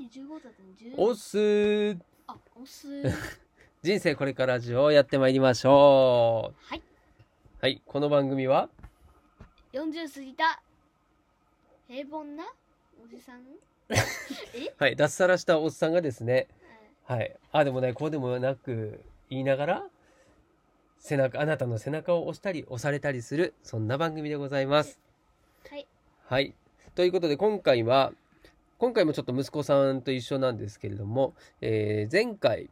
15だったの10おっすーあおす は人生これからジオやってまいりましょういはいこの番組は40過ぎた平凡なおじ さんえ、 はい脱サラしたおっさんがですねはいはいあでもないこうでもなく言いながら背中あなたの背中を押したり押されたりするそんな番組でございますはいはい。ということで、今回は、今回もちょっと息子さんと一緒なんですけれども、えー前回、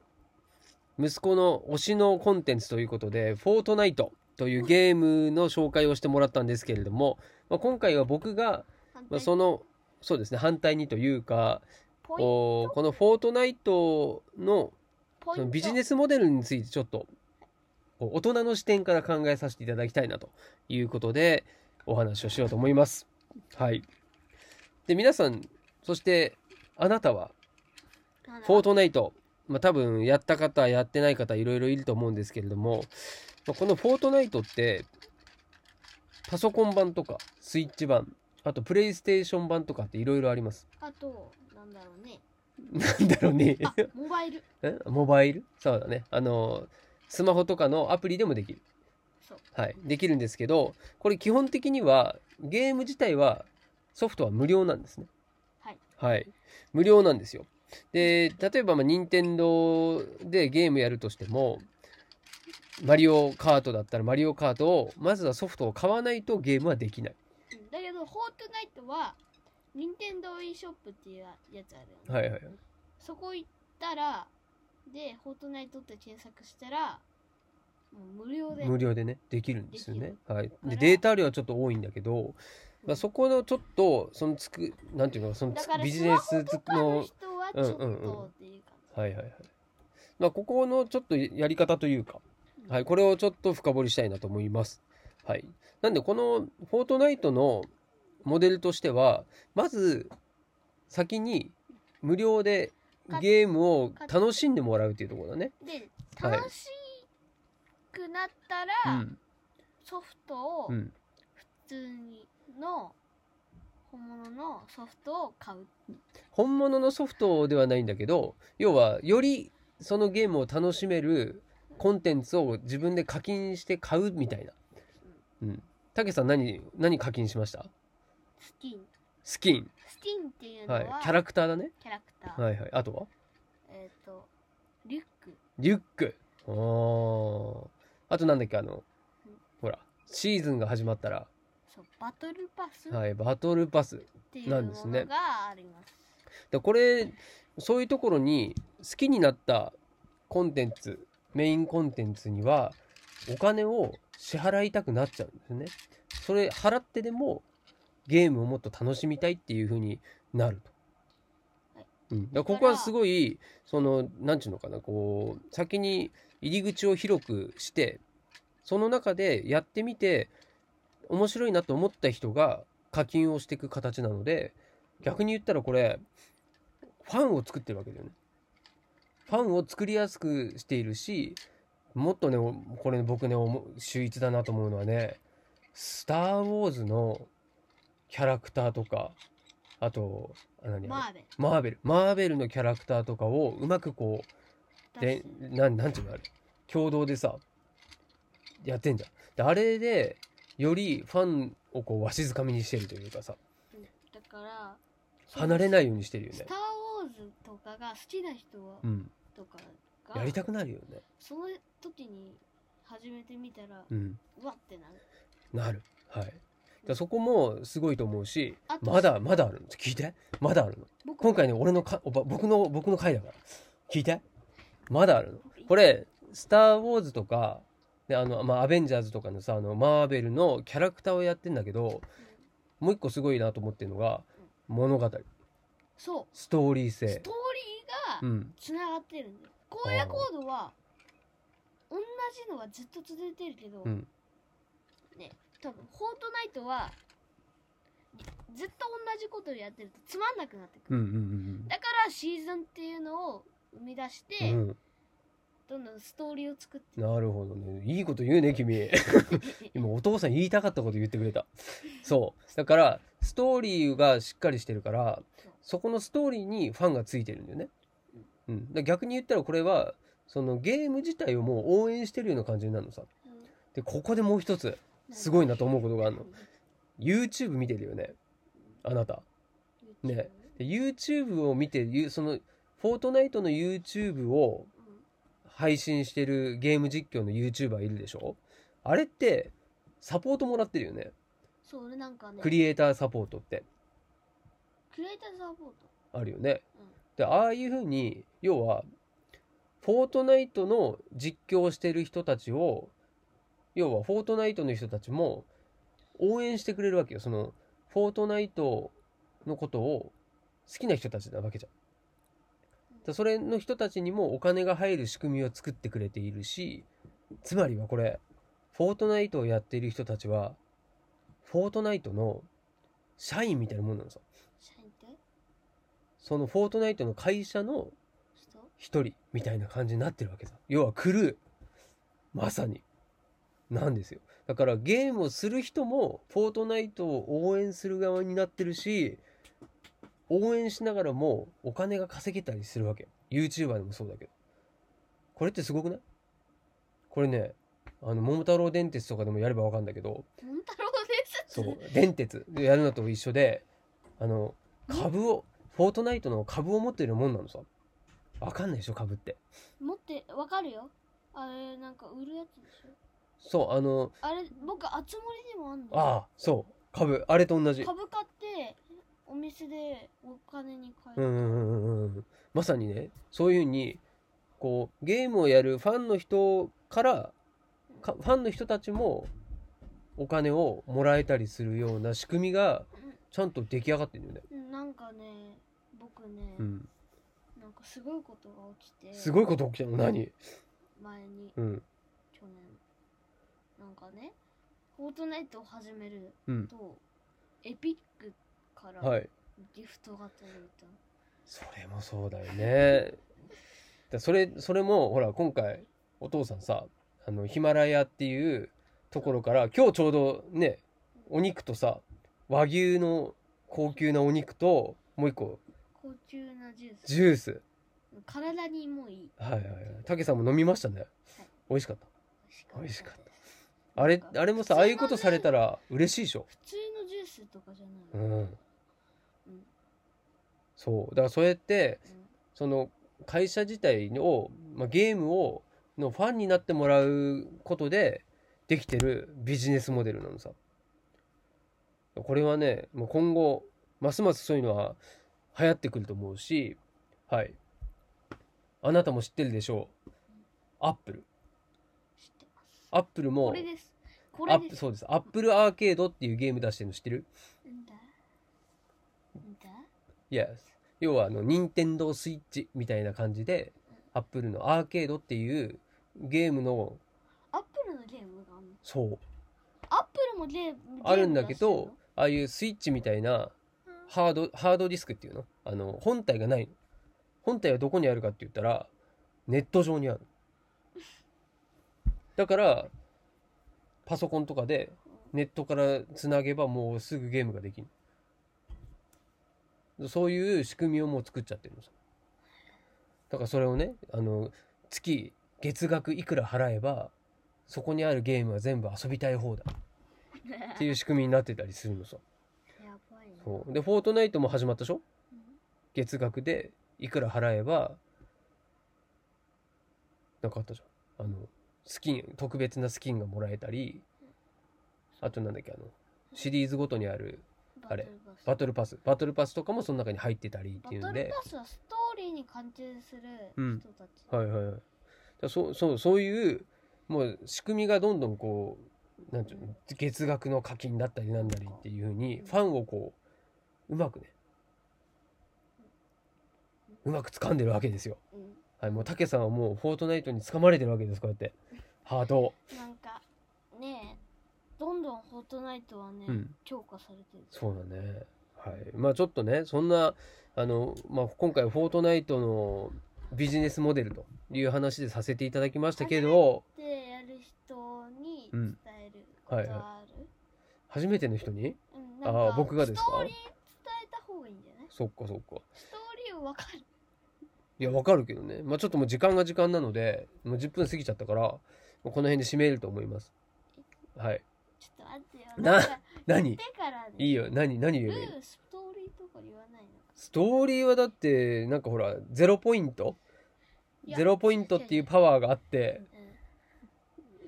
息子の推しのコンテンツということで、フォートナイトというゲームの紹介をしてもらったんですけれども、まあ、今回は僕が、反まあ、対その、そうですね、反対にというか、ポインおこのフォートナイトのポイそのントビジネスモデルについてちょっとこう大人の視点から考えさせていただきたいなということでお話をしようと思います。はい。で、皆さん、そしてあなたはなんだフォートナイト、まあ、多分やった方、やってない方、いろいろいると思うんですけれども、まあこのフォートナイトって、パソコン版とか、スイッチ版、あとプレイステーション版とかっていろいろあります。あとなんだろう ねなんだろうね。あモバイル えモバイルそうだね。あの、スマホとかのアプリでもできる。そうはい。できるんですけど、これ基本的には、ゲーム自体は、ソフトは無料なんですね。はいはい。無料なんですよ。で、例えば、まあ、任天堂でゲームやるとしても、マリオカートだったらマリオカートを、まずはソフトを買わないとゲームはできなうい。んだけどフォートナイトは任天堂 e ショップっていうやつあるよね、はいはい。そこ行ったらでフォートナイトって検索したらもう無料で無料でね、できるんですよでねき。はい。だかで、らデータ量はちょっと多いんだけど、うんまあ、そこのちょっとそのつくなんていうのそのだつからビジネススマホとつかのの人はちょっうんうんうんとっていう感じ、はいはいはい、まあ、ここのちょっとやり方というか、うんはい、これをちょっと深掘りしたいなと思います、はい、なんでこの「フォートナイト」のモデルとしてはまず先に無料でゲームを楽しんでもらうっていうところだね、ではい楽しくなったうら、んソフトをうん、普通にの本物のソフトを買う本物のソフトではないんだけど要はよりそのゲームを楽しめるコンテンツを自分で課金して買うみたいな。うん。たけさん何何課金しました？スティンスキン。スティンっていうのはは、い。キャラクターだね。キャラクター、はいはい。あとはえっ、とリュックリュック。あーあとなんだっけあのほらシーズンが始まったらそうバトルパスっはいバトルパス。ていうもなんですのねがありますでこれそういうところに好きになったコンテンツメインコンテンツにはお金を支払いたくなっちゃうんですね。それ払ってでもゲームをもっと楽しみたいっていう風になるとはい。うん、だからここはすごいその何て言うのかなこう先に入り口を広くしてその中でやってみて面白いなと思った人が課金をしていく形なので逆に言ったらこれファンを作ってるわけだよね。ファンを作りやすくしているしもっとねおこれ僕ね思う秀逸だなと思うのはね「スター・ウォーズ」のキャラクターとかあとあ何あれマーベマーベルマーベルのキャラクターとかをうまくこうルで出してなんなんていうのあれ共同でさやってんじゃんであれでよりファンをこうわしづかみにしてるというかさうんだから離れいないようにしてる「よスねター・ウォーズ」とかが好きな人はうんとかがやりたくなるよねその時に始めてみたら、うんうわってなるなるはいだからそこもすごいと思うしあとまだまだあるの聞いてまだあるの僕今回ね俺のかおば僕の僕の回だから聞いてまだあるのこれ「スター・ウォーズ」とかであの、まあ、アベンジャーズとかのさあのマーベルのキャラクターをやってんだけどうんもう一個すごいなと思ってるのが物語そうストーリース性トーうリーがんつながってるんだよ荒野行動は同じのがずっと続いてるけど、うんね多分フォートナイトはずっと同じことをやってるとつまんなくなってくうる、んうんだからシーズンっていうのを生み出して、うんうんどんどんストーリーを作ってなるほどねいいこと言うね君今お父さん言いたかったこと言ってくれたそうだからストーリーがしっかりしてるからそこのストーリーにファンがついてるんだよね。うん、だから逆に言ったらこれはそのゲーム自体をもう応援してるような感じになるのさ。でここでもう一つ すごいなと思うことがあるの。YouTube 見てるよねあなた。うんねで YouTube を見てゆそのフォートナイトの YouTube を配信してるゲーム実況の YouTuber いるでしょあれってサポートもらってるよねそう俺なんかねクリエイターサポートってクリエイターサポートあるよねうん。でああいうふうに要はフォートナイトの実況をしてる人たちを要はフォートナイトの人たちも応援してくれるわけよそのフォートナイトのことを好きな人たちなわけじゃん。だそれの人たちにもお金が入る仕組みを作ってくれているしつまりはこれフォートナイトをやっている人たちはフォートナイトの社員みたいなもんなんですよ。社員ってそのフォートナイトの会社の人一人みたいな感じになってるわけさ要はクルーまさになんですよだからゲームをする人もフォートナイトを応援する側になってるし応援しながらもお金が稼げたりするわけ YouTuber でもそうだけどこれってすごくないこれねあの桃太郎電鉄とかでもやればわかるんだけど桃太郎ですそう電鉄でやるのと一緒であの株をフォートナイトの株を持ってるもんなのさわかんないでしょ株って持ってわかるよあれなんか売るやつでしょそうあのあれ僕あつ森にもあんだよああそう株あれと同じ株買ってお店でお金に変えうる、んうんうんうんうんまさにねそういうふうにこうゲームをやるファンの人からかファンの人たちもお金をもらえたりするような仕組みがちゃんと出来上がってるよね、うんなんかね僕ね、うん、なんかすごいことが起きてすごいこと起きたの何前にうん去年なんかねフォートナイトを始めるうんと、エピックからはいギフトが届いた、それもそうだよねだそれそれもほら今回お父さんさあのヒマラヤっていうところから今日ちょうどねお肉とさ和牛の高級なお肉ともう一個高級なジュースジュース体にもいいはいはいはい武さんも飲みましたね美味しかっ美味しかったたあれなんかあれもさああいうことされたら嬉しいでしょ普通のジュースとかじゃうない、んうんそうだからそうやってうんその会社自体を、まあ、ゲームをのファンになってもらうことでできてるビジネスモデルなのさこれはねもう今後ますますそういうのは流行ってくると思うしはいあなたも知ってるでしょうアップル知ってますアップルもこれですこアれッでプすそうですアップルアーケードっていうゲーム出してるの知ってるんだんだ Yes 要はあの任天堂スイッチみたいな感じでアップルのアーケードっていうゲームのアップルのゲームがあるのそうアップルもゲームあるんだけゲームど出してああいうスイッチみたいなるのハードハードディスクっていうのあの本体がないの本体はどこにあるかって言ったらネット上にある だからパソコンとかでネットからつなげばもうすぐゲームができるそういう仕組みをもう作っちゃってるのさだからそれをねあの月月額いくら払えばそこにあるゲームは全部遊びたい方だっていう仕組みになってたりするのさやばいなそうでフォートナイトも始まったでしょうん月額でいくら払えばなんかあったじゃんあのスキン特別なスキンがもらえたりあとなんだっけあのシリーズごとにあるあれババトトルパスバトルパスとかもその中に入ってたりっていルパスうバトルんでパスはストーリーに関係するうん人たち、はいはいはいだそうそうそういうもう仕組みがどんどんこうなんていうの月額の課金だったりなんだりっていうふうにファンをこううまくねうまく掴んでるわけですようんはい、もうたけさんはもうフォートナイトに掴まれてるわけですこうやってハートをなんかねえどんどんフォートナイトはね、うん強化されてるそうだねはいまあちょっとねそんなあの、まあ、今回フォートナイトのビジネスモデルという話でさせていただきましたけどでやる人にう伝んえることある、うん初めての人になんかあー僕がですかストーリー伝えた方がいいんじゃないそっかそっかストーリーを分かるいやわかるけどねまあちょっともう時間が時間なのでもう10分過ぎちゃったからもうこの辺で締めると思いますはいちょっと待ってよななんか言何ってからねいいよ何何言ルえばいいールストーリーとか言わないのストーリーはだってなんかほらゼロポイントいやゼロポイントっていうパワーがあって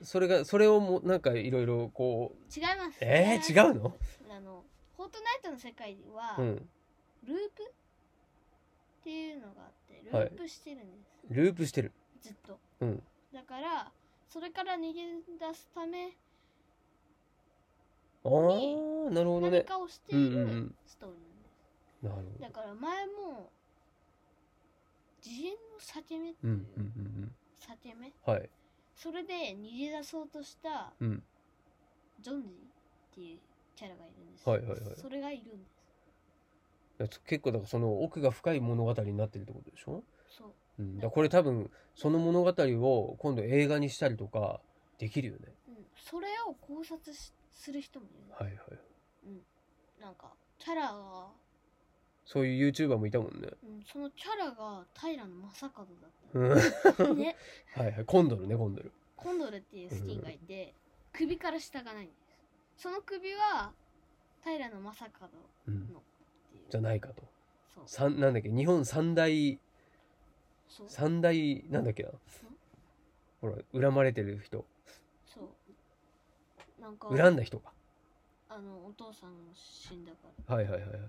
うんそれがそれをもうなんかいろいろこ違います違えーいます違うのあのフォートナイトの世界は、う、うん、ループっていうのがあってルはいープしてるんです、ループしてるずっと、うんだからそれから逃げ出すためああなるほど何ねかをしてうんいうんうるんストーリーなんです、なだるほどから前も自演の裂け目ってういうんうんうん裂け目、うんはいそれで逃げ出そうとしたうんジョンジっていうキャラがいるんです、はいはいはいそれがいるんでいや結構だからその奥が深い物語になってるってことでしょ、すそううん、だからこれ多分その物語を今度映画にしたりとかできるよねうんそれを考察しする人もいる、はいはいなんかキャラが、そういう YouTuber もいたもんねうん、そのキャラが平野正門だっうん はいた、ね、はいコンドルねコンドルコンドルっていうスキンがいて首から下がないんですその首は平野正門っうんていうじゃないかとそう三なんだっけ日本三大そうそ三大なんだっけなほら恨まれてる人うなんか恨んだ人かあのお父さんも死んだからはいはいはいはい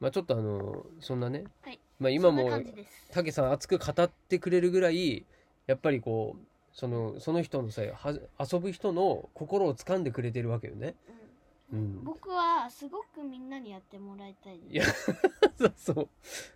まあちょっとあのそんなね、はいまあ今そんもな感じですたけさん熱く語ってくれるぐらいやっぱりこうそのその人のさは遊ぶ人の心を掴んでくれてるわけよね。ううんん、僕はすごくみんなにやってもらいたいですいや そうそう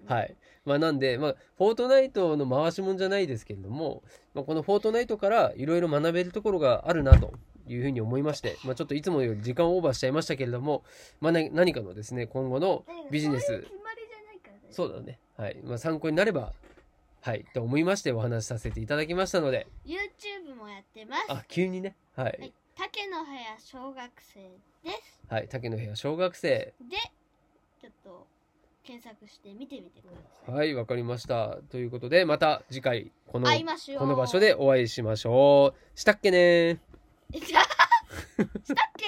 はい、まあ、なんで、まあ、フォートナイトの回しもんじゃないですけれども、まあ、このフォートナイトからいろいろ学べるところがあるなというふうに思いまして、まあ、ちょっといつもより時間オーバーしちゃいましたけれども、まあな何かのですね今後のビジネそういうス決まりじゃないからねそうだね、はいまあ、参考になれば、はい、と思いましてお話しさせていただきましたので YouTube もやってますあ急にねはいはい、竹の葉や小学生ですはい、竹の部屋小学生。でちょっと検索して見てみてください、はい、わかりました。ということで、また次回、この、会いましょう この場所でお会いしましょう。したっけねー。したっけ